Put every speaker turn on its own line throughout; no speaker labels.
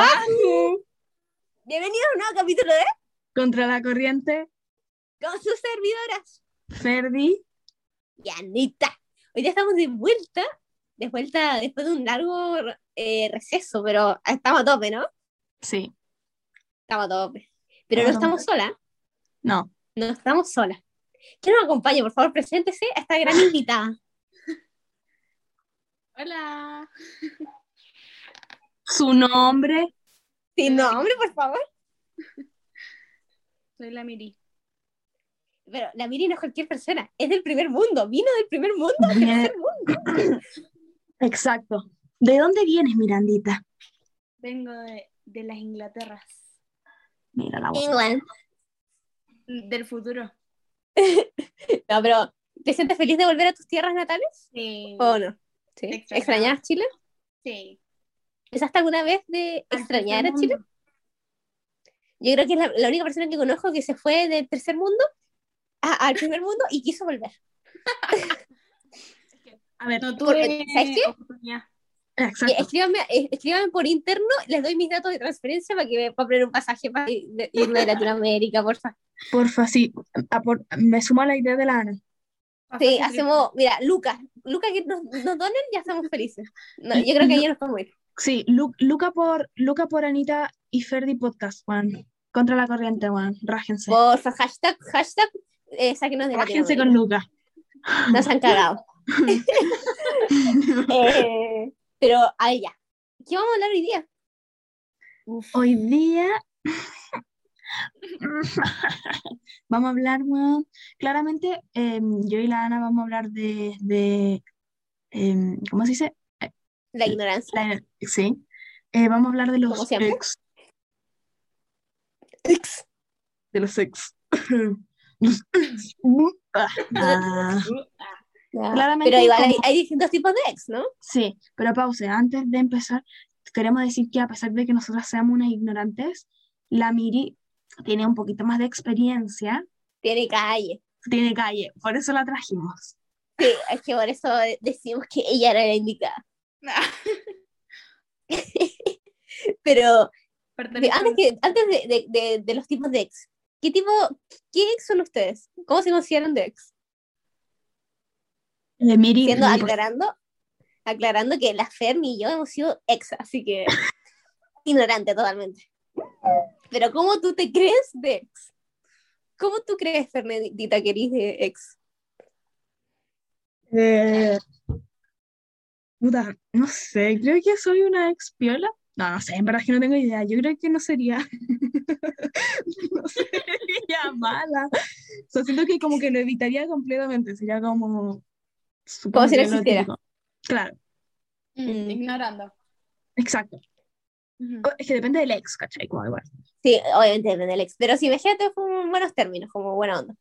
¡Oahu! Bienvenidos a un nuevo capítulo de
Contra la corriente,
Con sus servidoras
Ferdi.
y Anita. Hoy ya estamos de vuelta, de vuelta después de un largo eh, receso, pero estamos a tope, ¿no?
Sí,
Estamos a tope. Pero no
Estamos a
estamos solas,
no.
no estamos solas. ¿Quién nos acompaña? Por favor, preséntese a esta gran invitada.
Hola.
Su nombre,
Sin nombre, por favor.
Soy la Miri.
Pero la Miri no es cualquier persona, es del primer mundo, vino del primer mundo al tercer mundo.
exacto. ¿De dónde vienes, Mirandita?
Vengo de, de las Inglaterras.
Mira la voz.
England.
Del futuro.
No, pero ¿te sientes feliz de volver a tus tierras natales?
Sí.
¿O no? ¿Sí?
Extrañaba.
¿Extrañas Chile?
Eh, Sí.
¿Pensaste alguna vez de
Al
extrañar a
tercer
Chile?
mundo.
Yo creo que es la, la única persona que conozco que se fue del tercer mundo a- al primer mundo y quiso volver.
A ver,
No
Porque,
tuve
¿sabes qué?
oportunidad.
Y
exacto.
Escríbanme, eh, escríbanme por interno, les doy mis datos de transferencia para que me compren un pasaje para ir- de- irme de Latinoamérica, por favor.
Porfa, sí. a por- me sumo a la idea de la Ana.
Sí,
Pasaje
hacemos, mira, Lucas, Lucas que nos, nos donen, ya estamos felices. No, yo creo que ahí nos podemos ir.
Sí, Lu- Luca por Luca por Anita y Ferdi Podcast, Juan. Contra la corriente, Juan. Rájense.
Porfa, hashtag, hashtag, eh, sáquenos de
Rájense con
Latinoamérica.
Luca.
Nos han cagado. Eh, pero, a ver, ya. ¿Qué vamos a hablar hoy día?
Hoy día vamos a hablar, weón. Claramente, em, yo y la Ana vamos a hablar de, de, em, ¿cómo se dice?
La ignorancia.
La- sí. Eh, vamos a hablar de
Como
los
siempre.
ex. De los ex. Los ex. Ah,
Ya,
Claramente
pero igual hay,
como-
hay distintos tipos de ex, ¿no?
sí, pero pause. Antes de empezar, queremos decir que a pesar de que nosotras seamos unas ignorantes, la Miri tiene un poquito más de experiencia.
Tiene calle.
tiene calle, por eso la trajimos.
Sí, es que por eso decimos que ella era la indicada. Ah. Pero
Pertenezco
antes, que, antes de, de- de- de los tipos de ex, ¿qué tipo, qué ex son ustedes? ¿Cómo se consideran de ex?
De Miri,
Siendo
Miri, por-
aclarando, aclarando que la Fermi y yo hemos sido ex, así que ignorante totalmente. Pero ¿cómo tú te crees de ex? ¿Cómo tú crees, Fernandita, que eres de ex?
eh, puta, no sé, creo que soy una ex piola. No, no sé, en verdad es que no tengo idea. Yo creo que no sería. no sería mala. O sea, siento que como que lo evitaría completamente. Sería como. supongo
si no
que lo
existiera.
típico. Claro,
Mm, Ignorando.
exacto.
Ujú.
Es que depende del ex, ¿cachai? Como igual.
Sí, obviamente depende del ex. Pero si imagínate, fue en buenos términos, como buena onda.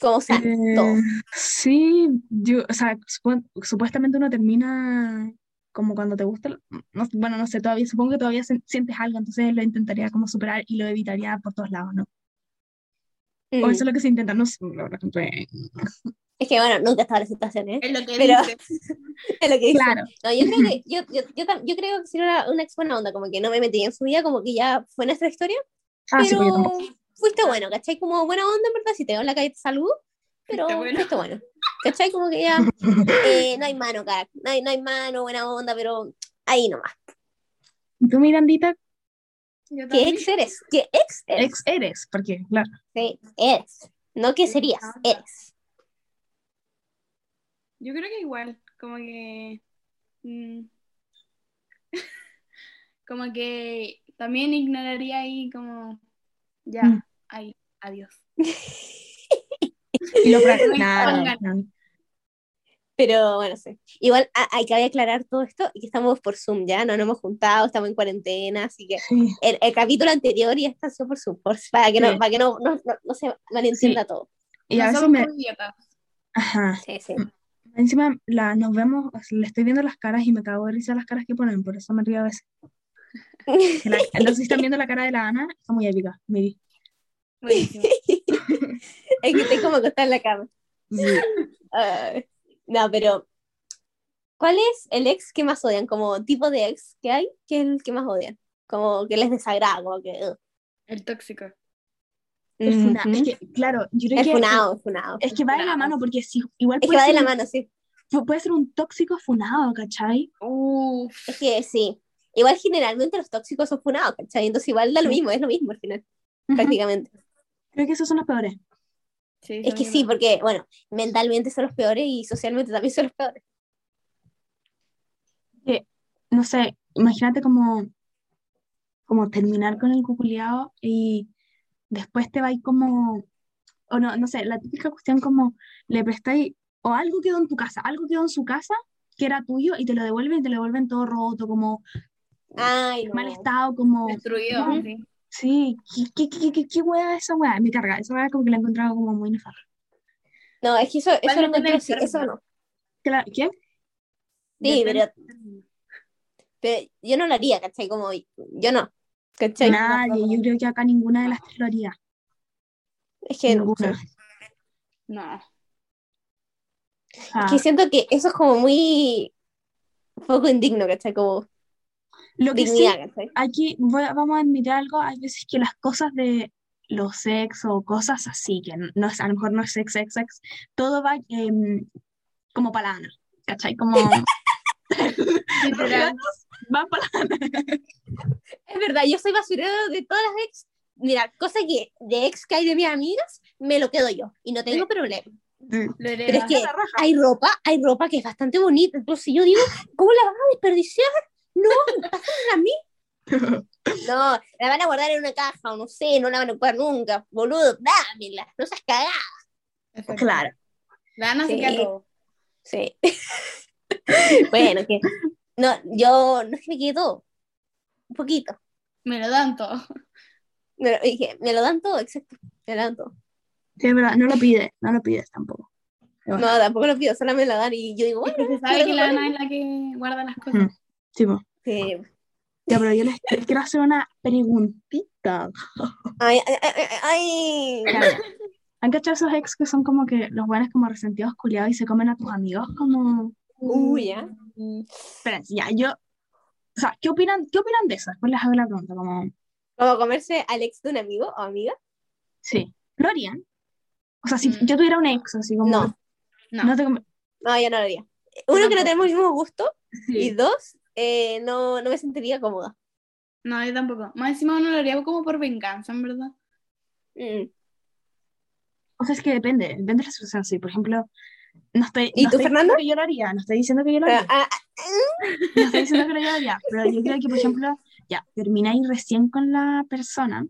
Como Mm. santo.
Eh, sí, yo, o sea, supo- supuestamente uno termina como cuando te gusta, el- no- bueno, no sé, todavía, supongo que todavía sen- sientes algo, entonces lo intentaría como superar y lo evitaría por todos lados, ¿no?
Mm.
O eso es lo que se intenta, no sé, la verdad que-
Es que bueno, nunca estaba la situación, ¿eh?
Es lo que
Pero-
dices.
Es lo que dice.
Claro,
No, yo creo que, yo, yo, yo, tam- yo creo que si era una ex buena onda, como que no me metí en su vida, como que ya fue nuestra historia.
ah, sí, pues yo
pero
tampoco.
fuiste bueno, ¿cachai? Como buena onda, en verdad, si te veo en la calle te saludo, pero
Fuiste bueno.
fuiste bueno. ¿Cachai? Como que ya, eh, no hay mano, cara, no hay, no hay mano, buena onda, pero ahí nomás.
¿Y tú, Mirandita,
Yo
¿Qué
también.
ex eres? ¿Qué ex eres?
ex eres? Porque, claro,
Sí, eres. No que serías, eres.
Yo creo que igual. Como que. mm, como que también ignoraría ahí, como. Ya.
Mm.
Ahí. Adiós.
y lo
Ay,
Nada,
pongan.
nada.
Pero bueno, sí. Igual a- hay que aclarar todo esto y que estamos por Zoom ya, no nos hemos juntado, estamos en cuarentena, así que
Sí,
el, el capítulo anterior ya está sido por Zoom, por- para que, no,
Sí.
para que no, no, no- no se malentienda todo.
y a
No
veces
somos
me,
como idiotas.
ajá,
Sí, sí.
encima la, nos vemos, le estoy viendo las caras y me cago de risa las caras que ponen, por eso me río a veces. Que la- No sé si están viendo la cara de la Ana, está muy épica, Miri.
Buenísimo.
Es que estoy como acostada en la cama. Ay, no, pero ¿Cuál es el ex que más odian? Como tipo de ex que hay, que es el que más odian. Como que les desagrada, como que. ugh.
El tóxico.
El funa-
Ujú.
Es que, claro, yo creo
¿Mm? El
que.
funado, el funado.
Es que va de la mano, porque si igual
Es que
puede,
va de
ser,
la mano, sí.
pu- puede ser un tóxico funado, ¿cachai?
Uf.
Es que sí. Igual generalmente los tóxicos son funados, ¿cachai? Entonces igual da lo mismo, es lo mismo al final, prácticamente.
Creo que esos son los peores.
Sí,
Es que
son
sí,
buenos.
porque, bueno, mentalmente son los peores y socialmente también son los peores.
No sé, imagínate como, como terminar con el cuculeado y después te vais como. O no, no sé, la típica cuestión como le prestáis. O algo quedó en tu casa, algo quedó en su casa que era tuyo y te lo devuelven y te lo devuelven todo roto, como
Ay, no.
mal estado, como.
Destruido.
Ujú.
sí.
Sí, ¿qué, qué, qué, qué, qué wea esa wea? Me carga, esa wea como que la he encontrado como muy nefasta.
No, es que eso, eso
Igual
lo
depende
encuentro
del
sí,
karma.
eso no.
Claro, ¿qué?
Sí,
Depende.
pero, pero yo no lo haría, ¿cachai? Como yo no. ¿Cachai?
Nadie, yo creo que acá ninguna de las tres lo haría.
Es que,
Ninguna.
No.
Ah,
que siento que eso es como muy poco indigno, ¿cachai? Como
lo que sí,
dignidad, ¿cachai?
aquí voy a- vamos a admitir algo, hay veces que las cosas de los sexos o cosas así, que no es, a lo mejor no es sex, sex, sex, todo va em, como para la Ana, ¿cachai? Como
Literal.
va para la Ana.
Es verdad, yo soy basurero de todas las ex. Mira, cosa que de ex que hay de mis amigas, me lo quedo yo y no tengo problema.
Lo
Pero es
heredas.
que hay ropa, hay ropa que es bastante bonita. Entonces yo digo, ¿cómo la vas a desperdiciar? No, pásamela a mí. No, la van a guardar en una caja o no sé, no la van a ocupar nunca. Boludo, dámela, no seas cagada.
Exacto.
Claro.
La Ana se
Sí.
queda todo.
Sí. bueno, que. No, yo no es que me quede todo. Un poquito.
Me lo dan todo.
Me lo, dije, me lo dan todo, exacto. Me lo dan todo.
Sí, es verdad, no lo pides, no lo pides tampoco.
No, tampoco lo pido, solo me lo dan y yo digo,
Es
bueno,
que se sabe
claro,
que la
bueno.
Ana es la que guarda las
Mm.
cosas.
Sí, po.
sí.
Ya, pero yo les, les quiero hacer una preguntita.
Ay, ay, ay, ay, ay.
Claro. ¿Han cachado esos ex que son como que los buenos como resentidos, culiados y se comen a tus amigos? Como.
Uy, ya.
Esperen, ya, yo. O sea, ¿qué opinan, ¿qué opinan de eso? Después les hago la pregunta, como.
Como comerse al ex de un amigo o amiga.
Sí. ¿Lo harían? O sea, si
Mm.
yo tuviera un ex, así como.
No.
No.
no te com-
No, yo no lo haría. Uno, que no
tampoco.
tenemos el mismo gusto. Y
Sí.
dos, eh, no, no me sentiría cómoda.
No, yo tampoco. Más encima uno lo haría como por venganza, en verdad.
Mm.
O sea, es que depende, depende de la situación. Sí, por ejemplo, no estoy.
¿Y
no
tú,
estoy
Fernando?
diciendo que yo lo haría, no estoy diciendo que yo lo
Ah,
haría.
ah,
No estoy diciendo que lo haría, ya, pero yo creo que, por ejemplo, ya, termináis recién con la persona,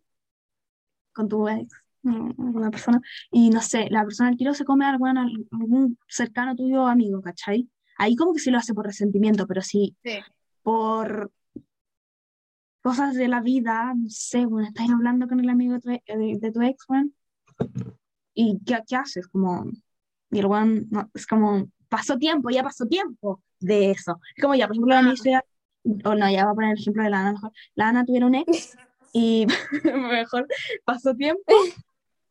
con tu ex, mm, con la persona, y no sé, la persona al tiro se come a algún, algún cercano tuyo o amigo, ¿cachai? Ahí como que sí lo hace por resentimiento, pero sí
Sí.
por cosas de la vida, no sé, bueno, estás hablando con el amigo de tu e- de, de tu ex, weón, y ¿qué, qué haces? Como, y el weón, no, es como, pasó tiempo, ya pasó tiempo de eso. Es como ya, por ejemplo, la mía sea- o no, ya voy a poner el ejemplo de la Ana mejor. La Ana tuviera un ex y mejor pasó tiempo,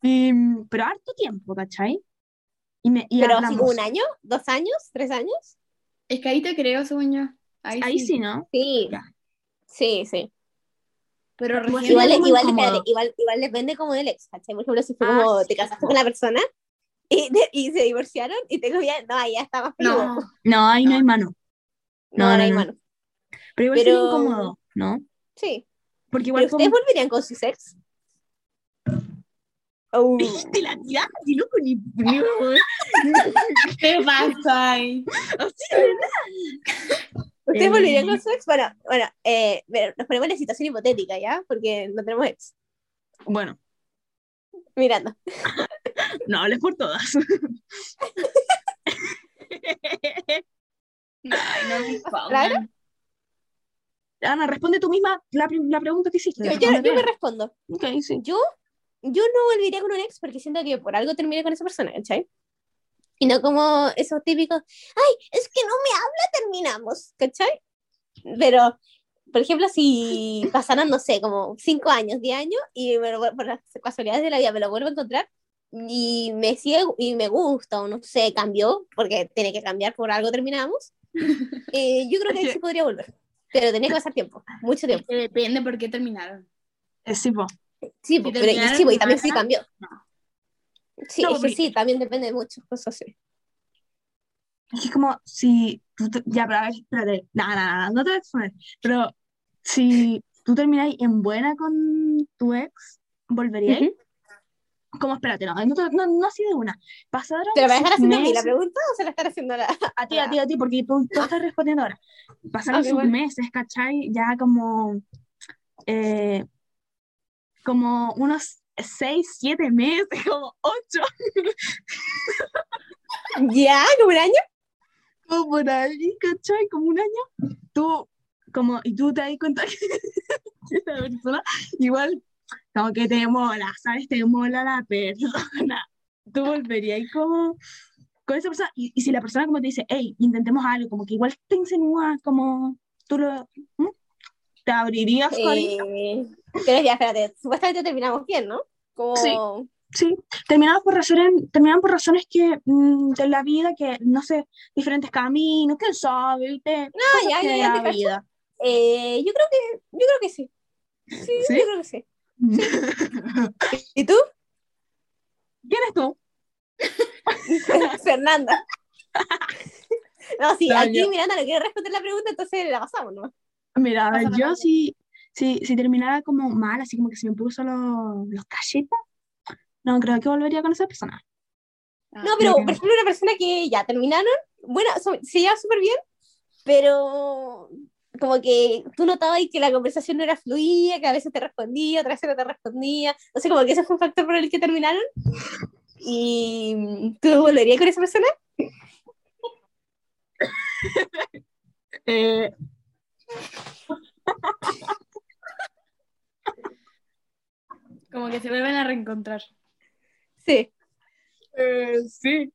y, pero harto tiempo, ¿cachai? Y, me, y
pero así como
hablamos.
un año, dos años, tres años.
Es que ahí te creo, según yo. Ahí,
Ahí sí, ¿no?
Sí.
Ya.
Sí, sí.
Pero
Igual-
recién.
Igual,
es muy
igual,
incómodo.
espérate, igual, igual depende como del ex, ¿cachai? Por ejemplo, si fue
Ah,
como
sí.
te casaste con la persona y, te- y se divorciaron y tengo ya, no, ahí ya está más peludo.
No.
No, ahí no
No.
hay mano.
no,
no,
no,
no,
hay
no.
mano.
Pero igual
Pero-
sería incómodo, ¿no?
Sí.
Porque igual
¿Pero ustedes
como...
volverían con sus ex? Oh.
Te la tiraste, loco, ni... ni- ¿eh?
¿Qué pasa ahí?
¿Ustedes
Eh,
volverían con su ex? Bueno, bueno eh, pero nos ponemos en la situación hipotética, ¿ya? Porque no tenemos ex.
Bueno,
Miranda.
no hables por todas.
Ay, no me
¿Claro?
importa.
Ana, responde tú misma la, pri- la pregunta que hiciste.
Yo, yo,
Respóndete.
yo me respondo.
Ok, sí.
Yo, yo no volvería con un ex porque siento que por algo terminé con esa persona, ¿cachai? Y no como esos típicos, ay, es que no me habla, terminamos, ¿cachai? Pero, por ejemplo, si pasaran, no sé, como 5 años, 10 años, y me lo vuel- por las casualidades de la vida me lo vuelvo a encontrar y me sigue y me gusta, o no sé, cambió, porque tiene que cambiar por algo terminamos, Eh, yo creo que ahí sí podría volver. Pero tenía que pasar tiempo, mucho tiempo.
Que depende por qué terminaron.
Eh, sí, po.
Sí,
¿Y
po,
te
pero, y,
terminaron
sí, po, y
con
también
nada?
sí cambió.
No.
Sí,
No,
es que
porque-
sí, también depende de muchas cosas. sí.
Es que como si tú te- ya, pero a ver, espérate, nada, nada, no te voy a exponer, pero si tú termináis en buena con tu ex, ¿volveríais?
Ujú.
Como espérate, no, no, te- no, no así de una. Pasaron
¿Pero me va a dejar
seis
haciendo a mí la
meses-
pregunta o se la estará haciendo a la.?
a ti, a ti, a ti, porque tú, tú estás respondiendo ahora. Pasaron
Ok,
sus
bueno.
meses, ¿cachai? Ya como, eh, como unos seis, siete meses, como ocho,
¿Ya? ¿Como un año?
como por ahí, ¿cachai? Como un año. Tú, como, y tú te das cuenta que esa persona igual, como que te mola, ¿sabes? Te mola la persona. Tú volverías como con esa persona, y, y si la persona como te dice, hey, intentemos algo, como que igual te insinúa, como tú lo, ¿Mm? te abrirías Cori?
Eh, pero ya, espérate, supuestamente terminamos bien, ¿no? Como... Ah,
Sí. Sí, terminaban por razones, terminaban por razones que mm, de la vida, que no sé, diferentes caminos, quién sabe, ¿viste? Cosas
ya,
que
ya,
de
ya
la
te cacho.
vida.
Eh, yo creo que, yo creo que sí. Sí,
¿Sí?
yo creo que sí. ¿Y tú?
¿Quién es tú?
Fernanda. No, sí,
No,
aquí
yo-
Miranda no quiere responder la pregunta, entonces la pasamos, ¿no?
Mira, a ver,
Pásame la
yo
pantalla.
si, si, si terminara como mal, así como que se me puso los, los cachetes, no creo que volvería con esa persona.
Ah,
No, pero
creo que
por
no.
ejemplo, una persona que ya terminaron, bueno, so- se lleva súper bien, pero como que tú notabas que la conversación no era fluida, que a veces te respondía, otras veces no te respondía. No sé, como que ese fue un factor por el que terminaron. ¿Y tú volverías con esa persona?
Eh,
como que se vuelven a reencontrar.
Sí.
eh, sí,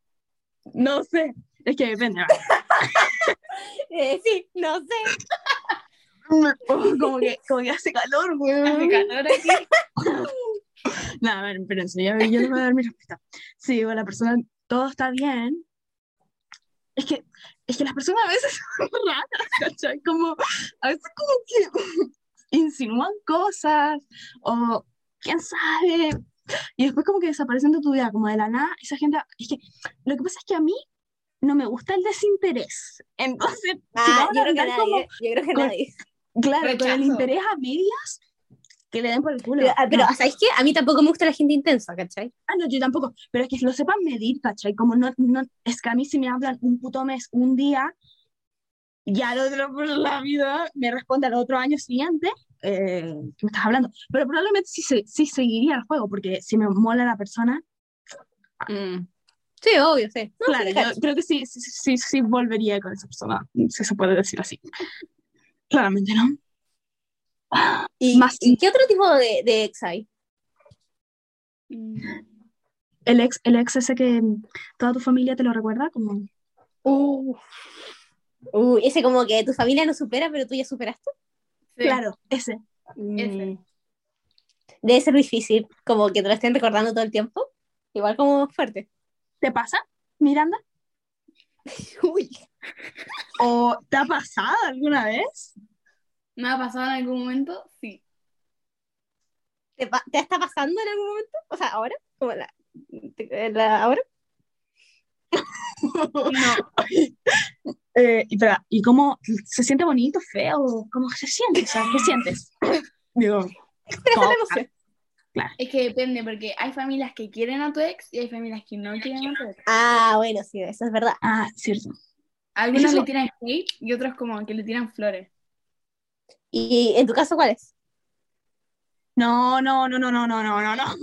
no sé, es que depende. ¿verdad?
Eh, sí, no sé.
Oh, como que, como que hace calor,
Hace
weón.
calor aquí.
No, a ver, pero en serio, yo les voy a dar mi respuesta. Sí, bueno, la persona, todo está bien. Es que, es que las personas a veces son raras, ¿cachai? Como, a veces como que insinúan cosas, o quién sabe. Y después como que desaparecen de tu vida, como de la nada. Esa gente, es que, lo que pasa es que a mí no me gusta el desinterés. Entonces, si
Ah,
vamos
yo
a
creo que
andar
nadie.
como,
Yo creo que
con-
nadie.
claro, con el
Rechazo.
interés a medias, que le den por el culo.
Pero, ah, pero,
No.
¿sabéis qué? A mí tampoco me gusta la gente intensa, ¿cachai?
Ah, no, yo tampoco, pero es que lo sepan medir, ¿cachai? Como no, no, es que a mí si me hablan un puto mes, un día, y al otro por la vida me responde al otro año siguiente, eh, ¿qué me estás hablando? Pero probablemente sí, se- sí seguiría el juego, porque si me mola la persona,
Sí, obvio, sí. No,
claro,
sí,
yo
cacho.
creo que sí, sí, sí, sí volvería con esa persona, si se puede decir así. Claramente, ¿no?
¿Y,
más-
y qué otro tipo de, de ex hay?
Mm.
El ex, el ex ese que toda tu familia te lo recuerda, como...
Uh. Uh, ese como que tu familia no supera, pero tú ya superaste.
Sí.
Claro, ese.
Ese.
Debe ser difícil, como que te lo estén recordando todo el tiempo. Igual como fuerte.
¿Te pasa, Miranda?
Uy.
¿O te ha pasado alguna vez?
¿Me ha pasado en algún momento? Sí.
¿Te, pa- te está pasando en algún momento? O sea, ahora, como la, te- la- ahora.
No,
Eh, y, espera, ¿y cómo se siente bonito, feo? ¿Cómo se siente? O sea, ¿qué sientes? Digo,
Pero esa es la
¿cómo?
emoción.
es que depende, porque hay familias que quieren a tu ex y hay familias que no quieren a tu ex.
Ah, bueno, sí, eso es verdad.
Ah, cierto.
Algunos
Eso-
le tiran hate y otros como que le tiran flores.
¿Y en tu caso cuál es?
No, no, no, no, no, no, no, no, no,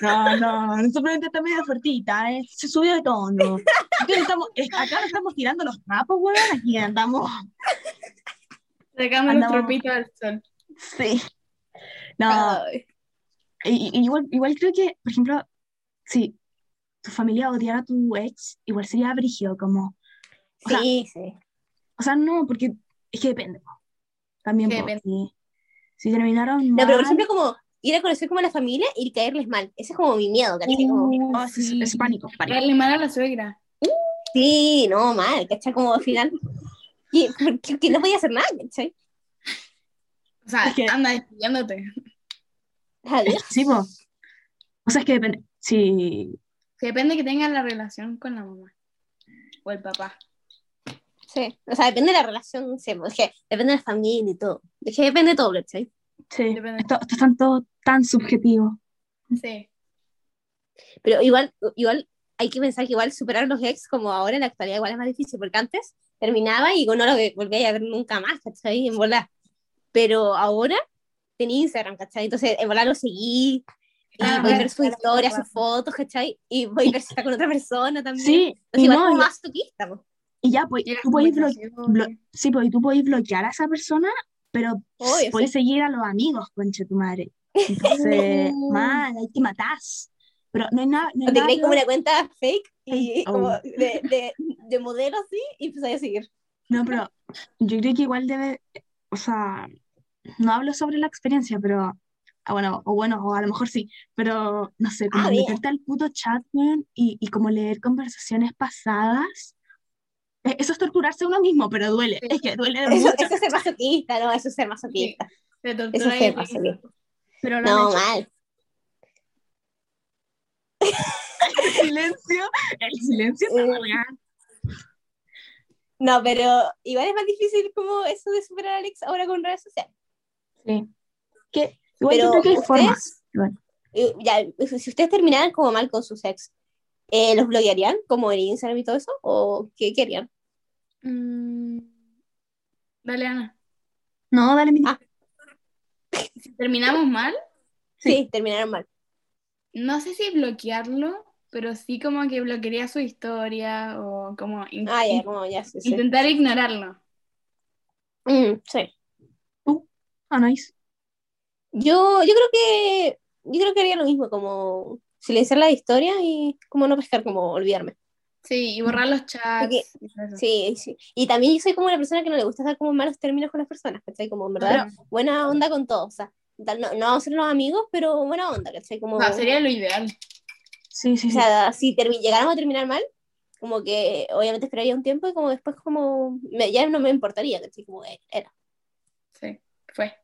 no, no, no, esa pregunta está medio fuertita, eh, se subió de tono. Aquí no estamos, es- acá no estamos tirando los trapos, weón, aquí andamos.
Ah,
Sacamos los
Andamos-
tropitos al sol.
Sí. No,
Ay.
y- y- igual, igual creo que, por ejemplo, si tu familia odiara a tu ex, igual sería brígido, como, o sea,
sí, sí.
O sea, no, porque es que depende. po. También
Que
po,
depende.
si- Si terminaron
No, pero por
mal,
ejemplo, como ir a conocer como a la familia y caerles mal. Ese es como mi miedo, ¿cachai? Como,
Uh,
oh, es, es
sí.
pánico, pánico.
Darle mal a la suegra.
sí, no, mal, ¿cachai? Como al final que, porque, que no podía hacer nada, ¿cachai?
O sea,
Es que-
anda despidiéndote.
Adiós.
Sí, po. O sea, es que depende. Sí.
Que depende que tengas la relación con la mamá o el papá.
Sí. O sea, depende de la relación, sí, porque depende de la familia y todo. Es que depende de todo, ¿cachai?
Sí.
Depende.
Esto, esto es tanto tan subjetivo.
Sí.
Pero igual, igual hay que pensar que igual superar los ex como ahora en la actualidad igual es más difícil, porque antes terminaba y no lo ve- volvía a ver nunca más, ¿cachai? En volar. Pero ahora tenía Instagram, ¿cachai? Entonces en volar lo seguí, y
Ah,
voy a
claro,
ver su
claro,
historia,
claro.
sus fotos, ¿cachai? Y voy a ver si está con otra persona también.
Sí,
Entonces,
y
igual
no,
como
y-
más toquista, po.
Y ya, pues,
Y las
tú podés blo- blo-
conversaciones.
sí, pues, y tú podés bloquear a esa persona, pero
Obvio,
podés seguir a los amigos, concha tu madre. Entonces,
No.
mal, ahí te matás. Pero no hay nada. No hay
O te
nada
crees como
peor-
una cuenta fake y
Fake, oh.
como de, de, de modelo así y empezáis a seguir.
No, pero yo creo que igual debe, o sea, no hablo sobre la experiencia, pero, ah, bueno, o bueno, o a lo mejor sí, pero no sé, como
A ver.
meterte al puto chat, weón, y, y como leer conversaciones pasadas, e- eso es torturarse a uno mismo, pero duele,
Sí.
es que duele
Eso,
mucho,
eso es ser masoquista, ¿no? Eso es ser masoquista.
Te tortura
Eso es
y
ser
te-
masoquista.
pero lo han
No,
hecho.
mal.
El silencio, el silencio está
Eh.
amargado.
No, pero igual es más difícil como eso de superar a Alex ahora con redes sociales.
Que igual
pero
yo creo que hay
ustedes,
formas, igual.
eh, ya, si ustedes terminaran como mal con sus ex, eh, ¿los bloquearían como en Instagram y todo eso? ¿O qué querían?
Mm. Dale, Ana.
No, dale, mi-
Ah.
Si terminamos mal,
Sí,
Sí.
terminaron mal.
no sé si bloquearlo, pero sí como que bloquearía su historia o como in-
Ah, ya, como ya, sí, sí.
intentar ignorarlo.
Mm, sí.
Ah, nice.
Yo, yo creo que yo creo que haría lo mismo, como silenciar la historia y como no pescar, como olvidarme.
Sí, y borrar los chats.
Porque-
y todo eso.
Sí, sí. Y también yo soy como una persona que no le gusta estar como en malos términos con las personas, ¿cachai? Como en verdad,
Claro.
buena onda con todos. O sea, tal- no, no vamos a ser los amigos, pero buena onda, ¿cachai? Como,
O sea, Ah, sería lo ideal.
Sí, sí,
O
sí.
sea, si termi- llegáramos a terminar mal, como que obviamente esperaría un tiempo y como después como me- ya no me importaría, ¿cachai? Como eh, era.
Sí, fue.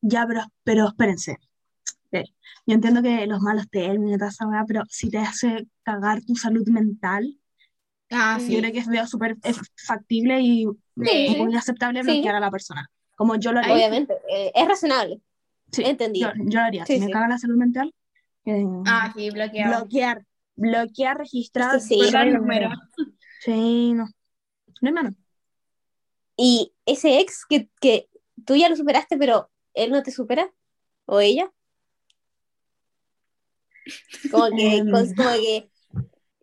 Ya, pero, pero espérense. Ver, Yo entiendo que los malos términos y toda esa weá, pero si te hace cagar tu salud mental,
Ah,
yo creo que es veo súper es factible y
Sí.
muy aceptable
Sí.
bloquear a la persona. Como yo lo haría.
Obviamente, eh, es razonable.
Sí,
Entendido.
Yo, yo lo haría.
Sí,
si
sí.
me caga la salud mental, eh,
Ah, sí, bloqueado.
bloquear. Bloquear, pues, registrar.
Sí, sí.
borrar
Borrar
y
número.
borrar. Sí, no. No, hermano.
Y ese ex que, que tú ya lo superaste, pero él no te supera, o ella. Como que,
Em.
cons- como que,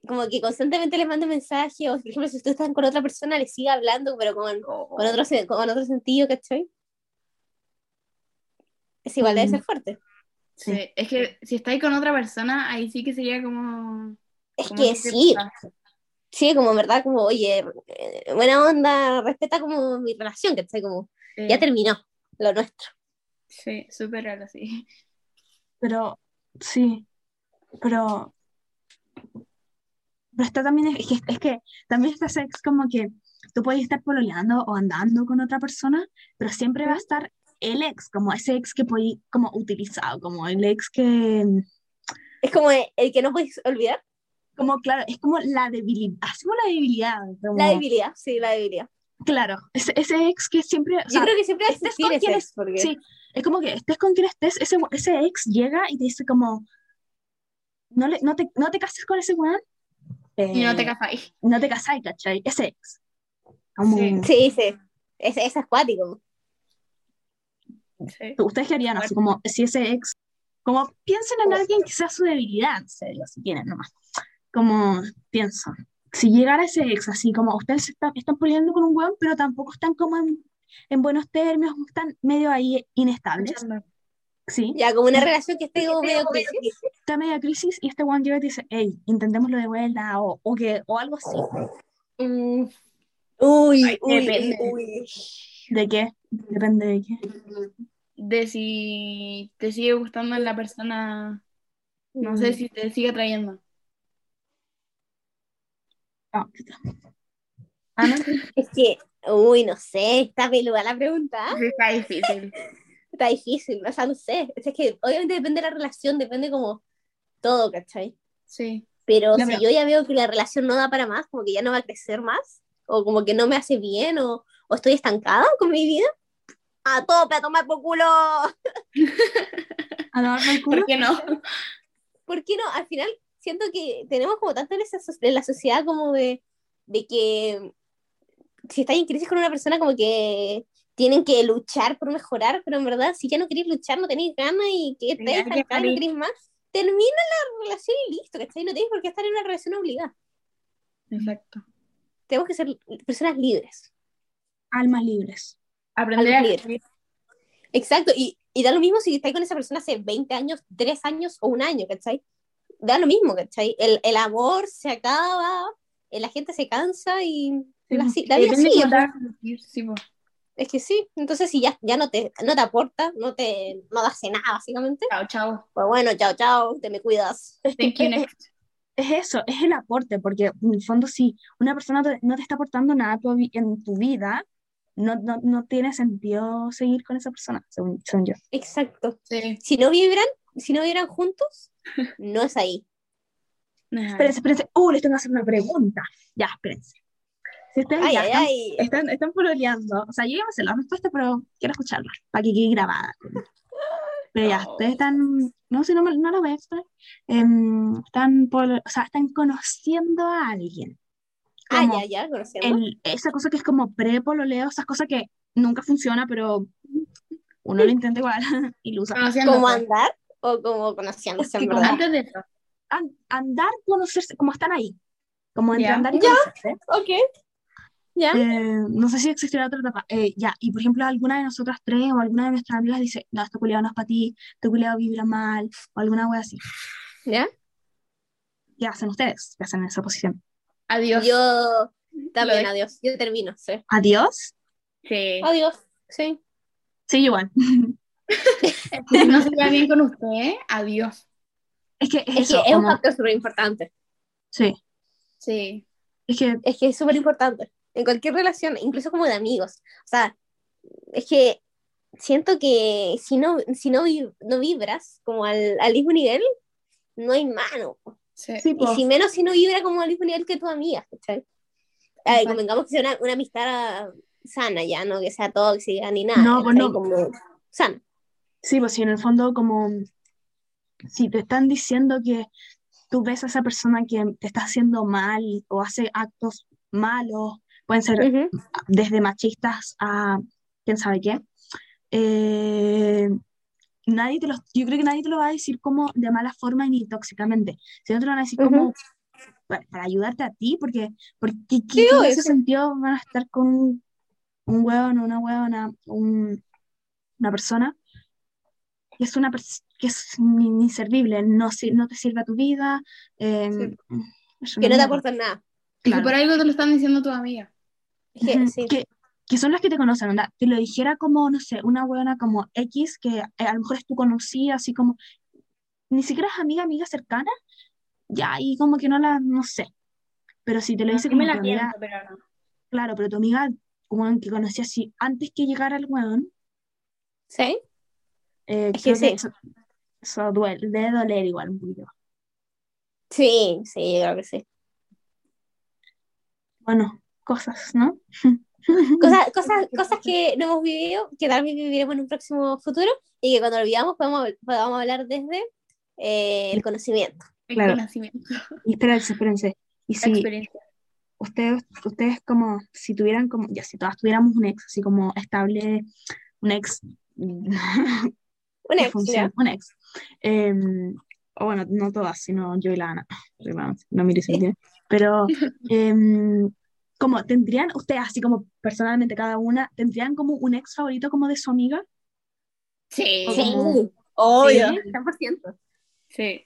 como que constantemente le mando mensajes, o por ejemplo, si ustedes están con otra persona, le sigue hablando, pero con, con, otro, se- con otro sentido, ¿cachai? Es igual,
Mm.
debe ser fuerte.
Sí, es que si estáis con otra persona, ahí sí que sería como.
Es
como
que
no sé,
sí,
puta.
sí, como en verdad, como, oye, eh, buena onda, respeta como mi relación, ¿cachai? Como,
Sí,
ya terminó lo nuestro.
Sí, súper raro, sí.
Pero, sí. Pero. Pero está también, es que, es que también está sex como que tú puedes estar pololeando o andando con otra persona, pero siempre va a estar el ex, como ese ex que podí, como utilizado, como el ex que,
Es como el, el que no podéis olvidar,
como claro, es como la debilidad, así como la debilidad,
la
como-
debilidad, sí, la debilidad.
claro, ese, ese ex que siempre, o
Yo
sea,
creo que siempre va a
estés
existir
con
ese
quien
ex, porque
sí, es como que estés con quien estés, ese, ese ex llega y te dice como, no, le, no, te, no te cases con ese weón,
Y no te
eh,
casáis.
no te casáis, ¿cachai? Ese ex. Como,
Sí.
sí, sí. Es, es acuático.
Sí.
¿Ustedes qué harían? Así como, si ese ex, como piensen en alguien que sea su debilidad, en serio, si quieren nomás. Como, pienso, si llegara ese ex así, como ustedes están, están peleando con un weón, pero tampoco están como en, en buenos términos, están medio ahí inestables, ¿sí?
Ya, como una relación que esté como medio
como medio
crisis.
Está media crisis y este weón llega y te dice, hey, intentémoslo de vuelta, o, o, que, o algo así.
Uf,
Uy,
Ay,
Mm, uy,
depende.
uy.
¿De qué? Depende de qué.
de si te sigue gustando la persona, no sé si te sigue atrayendo.
Ah, ¿no?
Es que Uy, no sé, está peluda la pregunta. ¿ah?
Sí, Está difícil.
Está difícil, o sea, no sé. Es que obviamente depende de la relación, depende como todo, ¿cachai?
Sí.
Pero
Ya,
si
pero-
yo ya veo que la relación no da para más, como que ya no va a crecer más, o como que no me hace bien, o, o estoy estancada con mi vida, a tope, a tomar por culo.
A lavarme el culo.
¿Por qué no?
¿Por qué no? Al final siento que tenemos como tanto en, esa so- en la sociedad como de, de que mm, si estás en crisis con una persona como que tienen que luchar por mejorar, pero en verdad si ya no querés luchar, no tenés ganas y que
Ya,
estás
que
estancada, no
salí.
querés más, termina la relación y listo, ¿cachai? No tenés por qué estar en una relación obligada.
Exacto.
Tenemos que ser personas libres.
Almas libres.
Aprender
Algo
a
libre.
escribir.
Exacto, y, y da lo mismo si estáis con esa persona hace 20 años, 3 años o un año, ¿cachai? Da lo mismo, ¿cachai? El, el amor se acaba, eh, la gente se cansa y
Sí,
la,
pues,
si- la vida
Depende
sigue.
cómo te hagas sentir, sí, pues. po.
Es que sí, entonces si ya, ya no, te, no te aporta, no te no hace nada, básicamente,
Chao, chao.
pues bueno, chao, chao, te me cuidas.
Thank you, next.
Es eso, es el aporte, porque en el fondo si una persona te- no te está aportando nada a tu vi- en tu vida, no, no, no tiene sentido seguir con esa persona, según, según yo.
Exacto.
Sí.
Si no vibran, si no vibran juntos, no es ahí.
Ajá.
Espérense, espérense. Oh, les tengo que hacer una pregunta. Ya, espérense. Si ustedes
Ay,
ya
ay,
están,
ay.
están, están pololeando, o sea, yo ya me sé la respuesta, pero quiero escucharla, para que quede grabada. Pero ya,
No.
ustedes están, no sé, no, me- no la voy a extraer. Em, están, polo- o sea, están conociendo a alguien.
Ah,
Como
ya, ya, conocemos.
el- esa cosa que es como pre-pololeo, esas cosas que nunca funciona, pero uno lo intenta igual, ilusa.
Conociéndose.
¿Cómo andar o como conociéndose, en
Es que
verdad?
pues. Antes de eso.
An- andar, conocerse, como están ahí, como entre
Ya.
andar y
Ya.
conocerse.
Ok. Ya.
Eh, no sé si existirá otra etapa. Eh, ya, y por ejemplo, alguna de nosotras tres o alguna de nuestras amigas dice, no, este culiao no es para ti, este culiao vibra mal, o alguna wea así.
¿Ya?
¿Qué hacen ustedes? ¿Qué hacen en esa posición?
Adiós.
Yo
Lo
también,
de-
adiós. Yo termino, sí.
¿Adiós?
Sí.
Adiós, sí.
Sí, igual.
Si no se lleva bien con usted, adiós.
Es que es
Es
eso,
que es un
como-
factor súper importante.
sí,
Sí.
es que
Es que es súper importante. En cualquier relación, incluso como de amigos. O sea, es que siento que si no, si no, vi- no vibras como al, al mismo nivel, no hay mano.
Sí.
sí,
Eh, Y
po,
si menos si no vibra como al mismo nivel que tu amiga, ¿cachai? A ver,
Exacto.
convengamos que sea una, una amistad sana ya, no que sea tóxica ni nada.
No, pues
¿cachai?
no.
Como sana.
sí, pues sí, en el fondo como si te están diciendo que tú ves a esa persona que te está haciendo mal o hace actos malos, pueden ser
Ujú.
desde machistas a quién sabe qué, eh, nadie te los, yo creo que nadie te lo va a decir como de mala forma ni tóxicamente, sino te lo van a decir
Ujú.
como pa- para, ayudarte a ti, porque, porque ¿qué- qué-
Sí,
qué
obvio, sí.
hace sentido van a estar con un, un hueón, una hueona, un- una persona que es una pers- que es in- inservible, no, sir- no te sirve a tu vida, eh,
Sí.
es
Que no te
una mierda.
aportan nada.
Y que
Claro.
por algo te lo están diciendo tus amigas.
Es que,
Ujú,
sí.
Que, que son las que te conocen, onda. Te lo dijera como, no sé, una buena como X, que eh, a lo mejor es tu conocida, así como, ni siquiera es amiga, amiga cercana, ya, y como que no la, no sé. Pero si te lo dice
Yo me
como
la
tu amiga,
pienso, pero no.
claro, pero tu amiga, como que conocía así, antes que llegara el weón,
¿Sí?
eh,
Es que
creo que
sí.
eso, eso duele, debe doler igual un poquito.
Sí, sí, yo creo que sí.
Bueno, cosas, ¿no?
Cosas, cosas, cosas que no hemos vivido, que tal vez viviremos en un próximo futuro y que cuando lo vivamos podemos, podamos hablar desde eh, el conocimiento.
El
Claro.
conocimiento,
Y espérense, espérense. Y
la
si,
experiencia.
ustedes, ustedes como si tuvieran como, ya si todas tuviéramos un ex, así como estable, un ex, que
Una ex,
funcione, un ex. Em, o bueno, no todas, sino yo y la Ana. Yo y la Ana, No mire si me tiene. Pero, em, como tendrían ustedes, así como personalmente cada una, tendrían como un ex favorito como de su amiga.
Sí.
ya.
Sí.
Sí,
Como-
obvio,
Sí.
100%.
Sí.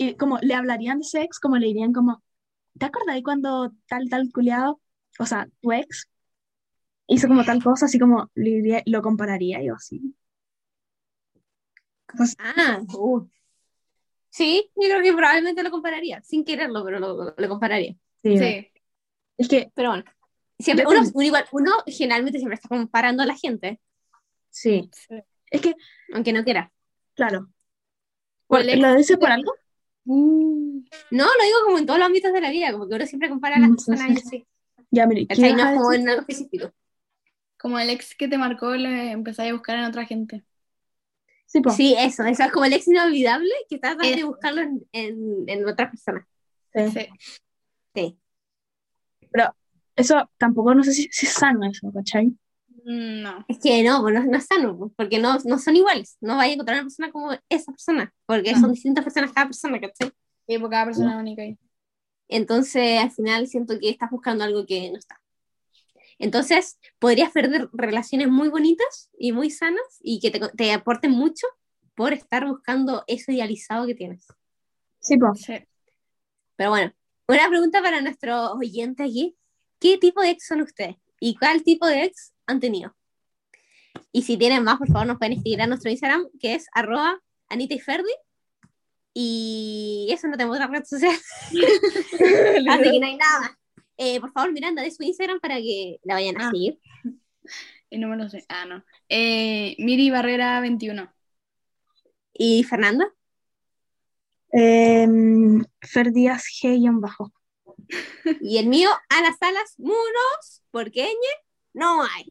Y como le hablarían de ese ex, como le dirían como, ¿te acordás de cuando tal, tal culiado, o sea, tu ex hizo como tal cosa, así como le diría- lo compararía yo así? Cosas-
Ah, uh. Sí, yo creo que probablemente lo compararía, sin quererlo, pero lo, lo compararía.
sí,
Sí.
Es que
Pero bueno, Siempre,
Yo
uno,
también.
uno igual, uno generalmente siempre está comparando a la gente,
Sí. Es que,
aunque no quiera.
claro.
¿Cuál es?
¿Lo dices por algo?
Uh.
No, lo digo como en todos los ámbitos de la vida, como que uno siempre compara a las
Mm, sí,
personas
sí,
y
sí.
así.
Ya, mire, ¿qué
¿Cachai? No
ibas a
es como
decir?
en algo específico.
Como el ex que te marcó, le empezáis a buscar en otra gente.
Sí, po.
Sí, eso, eso es como el ex inolvidable que tratas de
Eso.
buscarlo en, en, en otras personas.
Sí.
Sí.
Sí.
Eso tampoco, no sé si, si es sano eso, ¿cachai?
Mm, No.
Es que no, pues, no, no es sano, pues, porque no, no son iguales. No vas a encontrar una persona como esa persona, porque
Ajá.
son distintas personas cada persona, ¿cachai?
Sí, porque cada persona es única. y-
Entonces, al final siento que estás buscando algo que no está. Entonces, podrías perder relaciones muy bonitas y muy sanas y que te, te aporten mucho por estar buscando eso idealizado que tienes.
Sí, po.
Sí.
Pero bueno, una pregunta para nuestro oyente aquí. ¿Qué tipo de ex son ustedes? ¿Y cuál tipo de ex han tenido? Y si tienen más, por favor, nos pueden escribir a nuestro Instagram, que es arroba Anita y Ferdi. Y eso no tengo otra red social, así que no hay nada más. Eh, por favor, Miranda, de su Instagram para que la vayan a
Ah.
seguir.
Y no me lo sé. Ah, no. Eh, Miri Barrera 21.
¿Y Fernanda?
Em, Fer Díaz G y en bajo.
Y el mío, a las salas, muros, porque ñ no hay.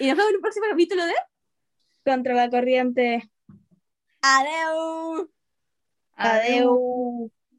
Y nos vemos en un próximo capítulo de
Contra la corriente.
Adeu.
Adiós.
Adeu.